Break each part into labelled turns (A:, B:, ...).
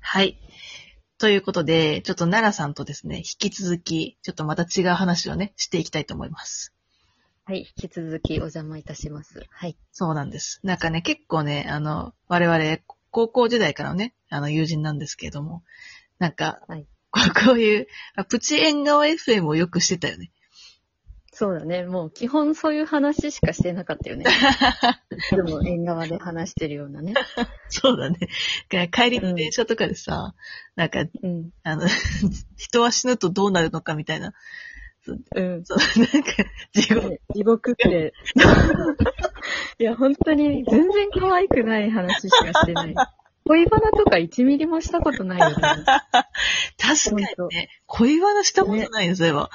A: はい。ということで、ちょっと奈良さんとですね、引き続き、ちょっとまた違う話をね、していきたいと思います。
B: はい、引き続きお邪魔いたします。はい。
A: そうなんです。なんかね、結構ね、あの、我々、高校時代からのね、あの、友人なんですけれども、なんか、
B: はい
A: こうこういう、あプチ縁側 FM をよくしてたよね。
B: そうだね。もう基本そういう話しかしてなかった よね。でも縁側で話してるようなね。
A: そうだね。だから帰りの電車とかでさ、なんか、
B: うん。
A: あの、 人は死ぬとどうなるのかみたいな、
B: うん。
A: そう、なんか、地獄、
B: ね地獄 って。いや、本当に全然可愛くない話しかしてない。恋バナとか1ミリもしたことないよね。
A: 確かに
B: ほんと
A: ね、恋バナしたことないよ、そういえば。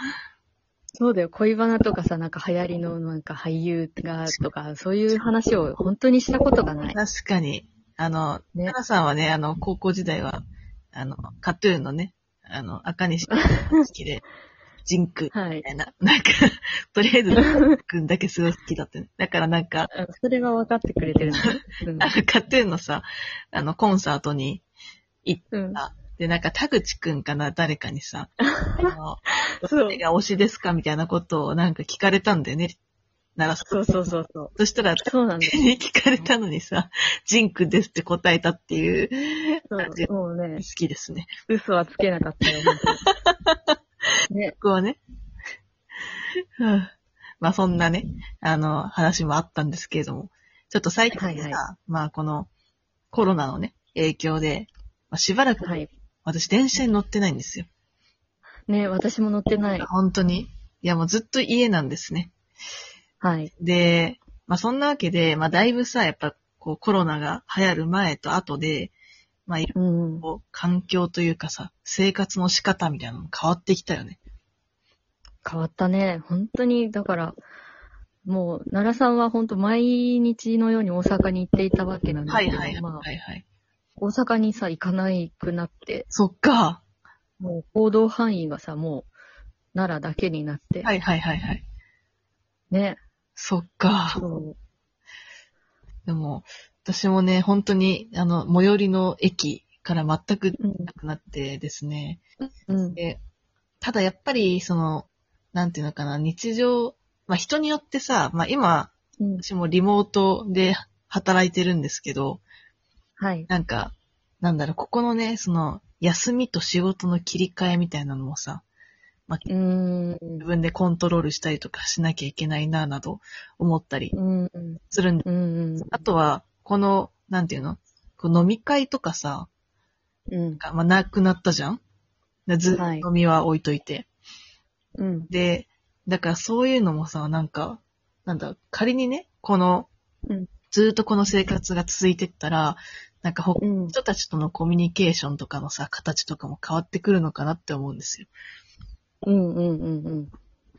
B: そうだよ。恋バナとかさ、なんか流行りのなんか俳優がとか、そういう話を本当にしたことが ない。
A: 確かに。あの、
B: ね
A: 奈良さんはね、あの、高校時代は、あの、カトゥーンのね、あの、赤 西好きで、ジンクみ
B: はい。
A: たいな、なんか、 とりあえず、ジンくんだけすごい好きだったね。だからなんか、
B: あそれは分かってくれてるのね。
A: なんかカトゥーンのさ、あの、コンサートに、
B: うん。 うん。
A: で、なんか、田口くんかな、誰かにさ、あの、
B: そう
A: 誰が推しですかみたいなことをなんか聞かれたんだよね、奈良さん。
B: そうそうそうそう。
A: そしたら、
B: そうなんだよ。
A: に聞かれたのにさ、ジンクですって答えたっていう感じ
B: そうもう
A: 好
B: ね、
A: きですね。
B: 嘘はつけなかったよ。ね、
A: ここはね。うんまあそんなね、あの、話もあったんですけれども、ちょっと最近さ、
B: はいは
A: まあこのコロナのね、影響で、まあ、しばらく、
B: はい。
A: 私電車に乗ってないんですよ。
B: ね、私も乗ってない。
A: 本当に。いやもうずっと家なんですね。
B: はい。
A: で、まあそんなわけで、まあだいぶさ、やっぱこうコロナが流行る前と後で、まあいろいろ
B: うん。
A: こう環境というかさ、生活の仕方みたいなのも変わってきたよね。
B: 変わったね。本当に、だから、もう、奈良さんは本当毎日のように大阪に行っていたわけなんです
A: は
B: け
A: い
B: ど、
A: はいはい。
B: ま
A: は
B: あ、
A: いはい、
B: 大阪にさ、行かないくなって、
A: そっか。
B: もう行動範囲がさ、もう、奈良だけになって、
A: はいはいはいはい。
B: ね、
A: そっか。
B: そう
A: でも、私もね、本当に、あの、最寄りの駅から全く
B: うん、
A: なくなってですね。
B: うん、
A: でただやっぱり、その、なんていうのかな、日常、まあ人によってさ、まあ今、
B: うん、
A: 私もリモートで働いてるんですけど、
B: はい、
A: なんか、なんだろう、ここのね、その、休みと仕事の切り替えみたいなのもさ、まあ、
B: うーん、
A: 自分でコントロールしたりとかしなきゃいけないな、など思ったり
B: うん、
A: するんで
B: うん、うん、
A: あとは、この、なんていうのこう飲み会とかさ、
B: うん、
A: がまあ、なくなったじゃんでずっと
B: はい
A: 飲みは置いといて。
B: うん、
A: で、だからそういうのもさ、なんか、なんだ、仮にね、この、
B: うん
A: ずーっとこの生活が続いてったら、なんか他
B: う
A: の
B: ん。
A: 人たちとのコミュニケーションとかのさ、形とかも変わってくるのかなって思うんですよ。
B: うんうんうん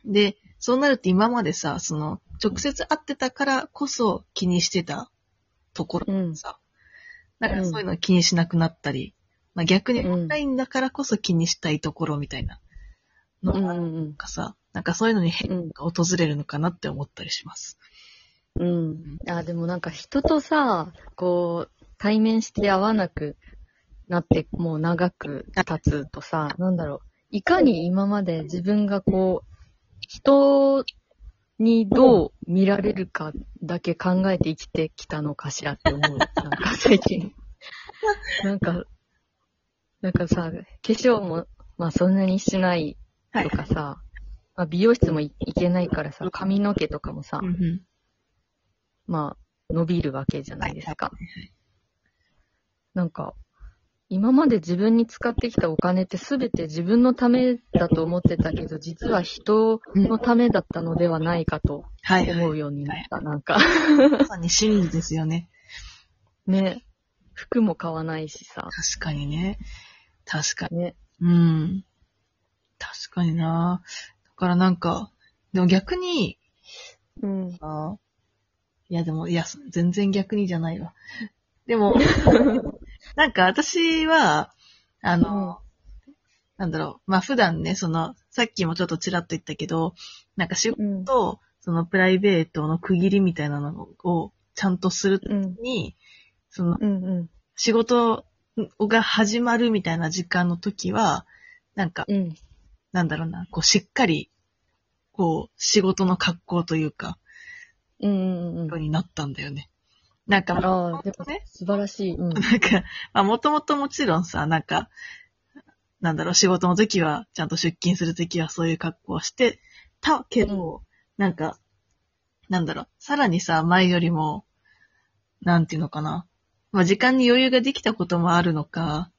B: うん。
A: で、そうなると今までさ、その、直接会ってたからこそ気にしてたところ
B: うん
A: さ、だからそういうの気にしなくなったり、まあ逆に
B: うん
A: オンラインだからこそ気にしたいところみたいなの
B: うん
A: が
B: う
A: あるの
B: ん
A: かさ、なんかそういうのに変
B: うん。
A: 化が訪れるのかなって思ったりします。
B: うん。あ、でもなんか人とさ、こう、対面して会わなくなって、もう長く経つとさ、なんだろう。いかに今まで自分がこう、人にどう見られるかだけ考えて生きてきたのかしらって思う。なんか最近。なんか、なんかさ、化粧も、まあそんなにしない
A: は
B: とかさ、まあ、美容室もい行けないからさ、髪の毛とかもさ、
A: うんうん
B: まあ、伸びるわけじゃないですか。
A: はいはい
B: なんか、今まで自分に使ってきたお金って全て自分のためだと思ってたけど、実は人のためだったのではないかと
A: はいはい。
B: 思うようになった。なんか、
A: まさに真理ですよね。
B: ね、服も買わないしさ、
A: 確かにね。確かに。
B: ね、
A: うん。確かになだからなんか、でも逆に、
B: うん、
A: ああ。いや、でも、いや、全然逆にじゃないわ。でも、なんか私は、あの、なんだろう、まあ普段ね、その、さっきもちょっとちらっと言ったけど、なんか仕事
B: うん、
A: と、そのプライベートの区切りみたいなのをちゃんとする
B: うん、
A: に、その、
B: うん、
A: 仕事が始まるみたいな時間の時は、なんか、
B: うん。
A: なんだろうな、こう、しっかり、こう、仕事の格好というか、
B: うんうんうん。
A: になったんだよね。なんか、
B: あ
A: ね
B: あ、でも素晴らしい。うん。
A: なんか、まあ、もともともちろんさ、なんか、なんだろう、仕事の時は、ちゃんと出勤する時はそういう格好をしてたけど、なんか、なんだろう、さらにさ、前よりも、なんていうのかな。まあ、時間に余裕ができたこともあるのか、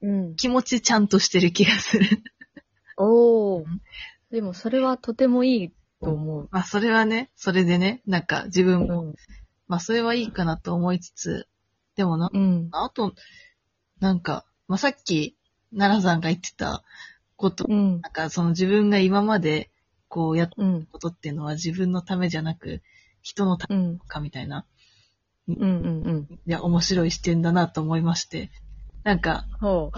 B: うん。
A: 気持ちちゃんとしてる気がする。
B: おお。でもそれはとてもいいと思う。
A: まあ、それはね、それでね、なんか自分
B: う
A: も、
B: ん。
A: まあ、それはいいかなと思いつつ、でもな、
B: うん。
A: あと、なんか、まあ、さっき、奈良さんが言ってたこと
B: うん。
A: なんかその自分が今までこうやった
B: うん。
A: ことっていうのは自分のためじゃなく人のため
B: うん。
A: かみたいな、
B: うん。うん。うん。
A: いや、面白い視点だなと思いまして。なんか、
B: ほ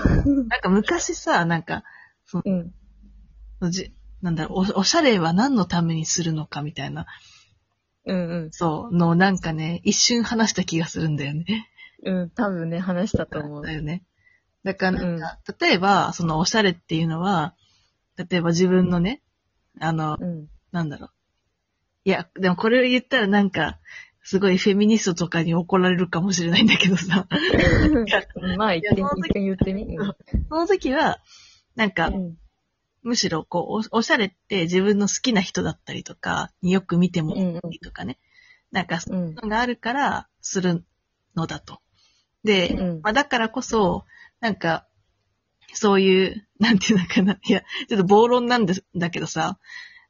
A: なんか昔さ、なんか、
B: う。うん。
A: じなんだろうお、おしゃれは何のためにするのかみたいな、
B: うんうん。
A: そう、のをなんかね、一瞬話した気がするんだよね。
B: うん。多分ね、話したと思う
A: だ。よね。だからなんか、例えば、そのおしゃれっていうのは、例えば自分のね、あの、
B: うん。
A: なんだろう。いや、でもこれを言ったらなんか、すごいフェミニストとかに怒られるかもしれないんだけどさ、
B: まあ、一
A: いや
B: 点
A: その時
B: 一点言ってみ。うん
A: その時は、なんか、むしろこうお、おしゃれって自分の好きな人だったりとか、によく見ても
B: うんうん
A: いいとかね、なんか、そう
B: う
A: い
B: ん
A: う。のがあるから、するのだと。で、
B: うん
A: まあだからこそ、なんか、そういう、なんていうのかな、いや、ちょっと暴論なんですだけどさ、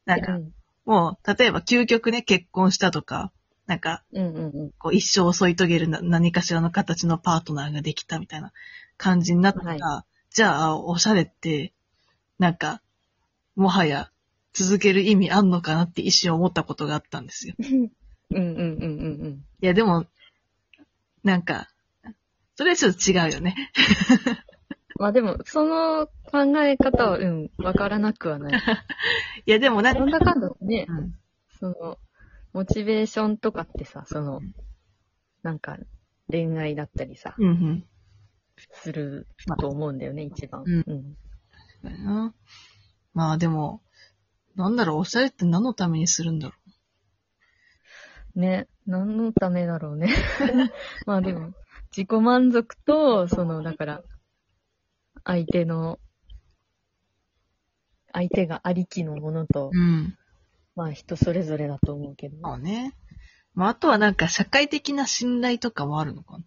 A: なん
B: う
A: か、
B: ん。
A: もう、例えば究極ね、結婚したとか、なんか、
B: うんうん
A: こう一生添い遂げるな何かしらの形のパートナーができたみたいな感じになったら、
B: は
A: じゃあ、おしゃれって、なんか、もはや続ける意味あんのかなって一瞬思ったことがあったんですよ。い
B: うん。うんうんうんうん
A: や、でも、なんか、それはちょっと違うよね。
B: まあでも、その考え方は、うん、わからなくはない。
A: いや、でもなん
B: なん
A: か、
B: だかんだね、
A: うん
B: その、モチベーションとかってさ、その、なんか、恋愛だったりさ、
A: うんうん
B: すると思うんだよね、一番。
A: うん
B: うん。
A: そうやな。まあでも、なんだろう、おしゃれって何のためにするんだろ
B: ね、何のためだろう ね。まあでも、自己満足と、その、だから、相手の、相手がありきのもの
A: う。、
B: と
A: うん。
B: まあ人それぞれだと思うけど。
A: まあね。まああとはなんか社会的な信頼とかもあるのかな。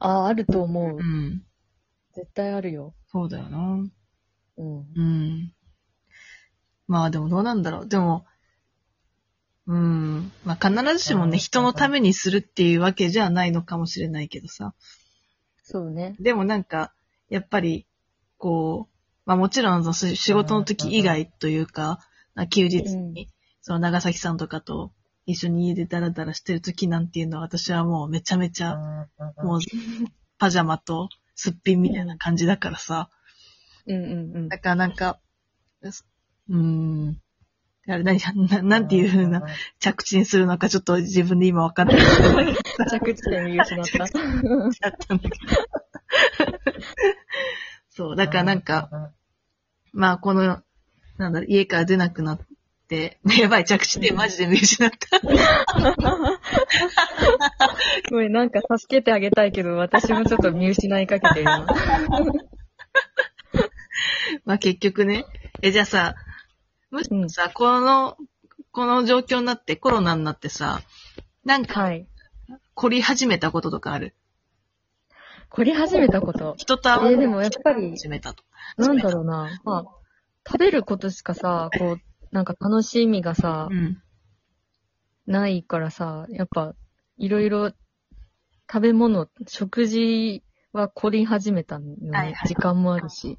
B: ああ、あると思う
A: う。ん。
B: 絶対あるよ。
A: そうだよな。
B: うん。
A: うん。まあでもどうなんだろう。でも、うん。まあ必ずしも
B: うん
A: ね、人のためにするっていうわけじゃないのかもしれないけどさ。
B: そうね。
A: でもなんか、やっぱり、こう、まあもちろんその仕仕事の時以外というか、まあ休日に、その長崎さんとかと一緒に家でダラダラしてる時なんていうのは私はもうめちゃめちゃ、も
B: も
A: う、パジャマとすっぴんみたいな感じだからさ。
B: う、うんうんうん
A: だ。からなんか、すうーん。あれ何、ななんていう風な着地にするのかちょっと自分で今わかんない。
B: 着地点見失った。
A: だっ たんだけど。 そう、だからなんか、まあこの、なんだろう、家から出なくなって、やばい、着地点マジで見失った。
B: ごめん、なんか助けてあげたいけど、私もちょっと見失いかけて るな。
A: まあ結局ね。え、じゃあさ、むしろさ、この、この状況になって、コロナになってさ、なんか
B: はい。
A: 凝り始めたこととかある。
B: 凝り始めたこと。
A: 人と会
B: えでもやっぱり
A: 始めたと。
B: なんだろうな。まあ、食べることしかさ、こう、なんか楽しみがさ
A: う、ん。
B: ないからさ、やっぱ、いろいろ、食べ物、食事は凝り始めたの
A: はい
B: ね
A: はい
B: 時間もあるし。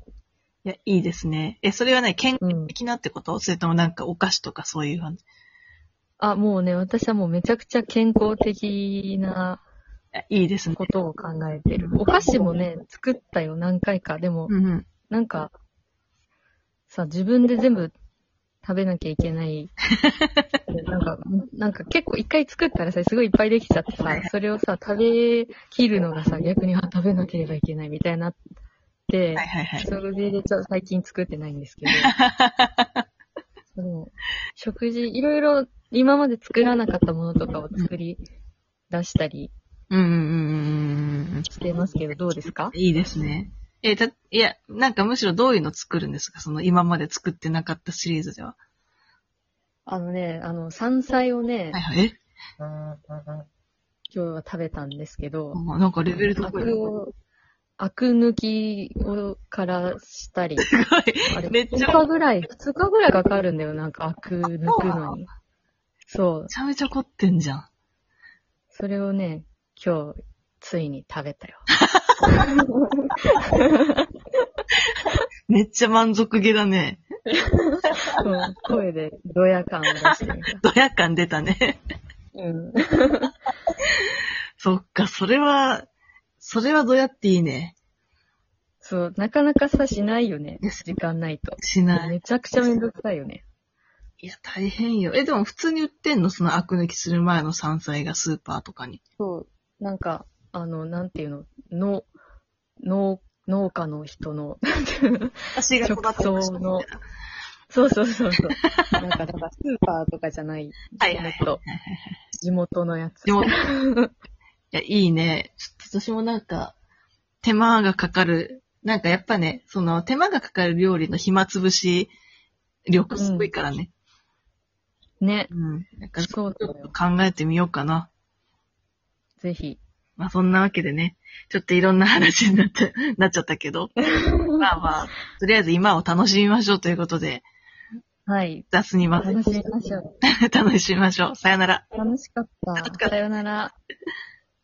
A: いや、いいですね。え、それはね、健
B: う
A: 康
B: ん。
A: 的なってこと、それともなんかお菓子とかそういう感じ
B: あ、もうね、私はもうめちゃくちゃ健康的ない
A: いですね。
B: ことを考えてる。お菓子もね、作ったよ、何回か。でも、
A: うんうん。
B: なんか、さ、自分で全部食べなきゃいけ ない。なんか、なんか結構一回作ったらさ、すごいいっぱいできちゃってさ、それをさ、食べきるのがさ、逆に、あ、食べなければいけないみたいになって、
A: はいはいはい。
B: それでちょっと最近作ってないんです けど。その食事、いろいろ今まで作らなかったものとかを作り出したり
A: うんうんうんうんうんうん。
B: してますけど、どうですか
A: いいですね。え、た、いや、なんかむしろどういうの作るんですかその今まで作ってなかったシリーズでは。
B: あのね、あの、山菜をね、
A: はいはい。え
B: 今日は食べたんですけど、
A: あなんかレベル
B: ア
A: 高い。す
B: クを、アク抜きをからし たり、
A: ごい。
B: あれ、
A: めっちゃ
B: 2日ぐらい、2日ぐらいかかるんだよ、なんかアク抜くのに。そう
A: め。ちゃめちゃ凝ってんじゃん。
B: それをね、今日、ついに食べたよ。
A: めっちゃ満足げだね。
B: うん声で、ドヤ感を出してみた。
A: ドヤ感出たね。
B: うん。
A: そっか、それは、それはドヤっていいね。
B: そう、なかなかさ、しないよね。時間ないと。
A: しない。
B: めちゃくちゃめんどくさいよね。
A: いや、大変よ。え、でも普通に売ってんのそのアク抜きする前の山菜がスーパーとかに。
B: そう。なんか、あの、なんていうの、の、農、農家の人の、なんていうの
A: 私
B: が育てましたみたいな
A: は
B: そうそうそうそう。なんか、だからスーパーとかじゃない。
A: いはい。
B: もっと地元のやつ。
A: でも、いや、いいね。ちょっと私もなんか、手間がかかる。なんかやっぱね、その手間がかかる料理の暇つぶし力すごいからね。
B: ね。
A: うん。なんか、ちょ
B: そうだ
A: っと
B: よ。
A: 考えてみようかな。
B: ぜひ。
A: まあそんなわけでね、ちょっといろんな話になって、 なっちゃったけど。まあまあ、とりあえず今を楽しみましょうということで、
B: はい。
A: 雑にまず
B: 楽しみましょう。
A: 楽しみましょう。さよなら。
B: 楽しかった。さようなら。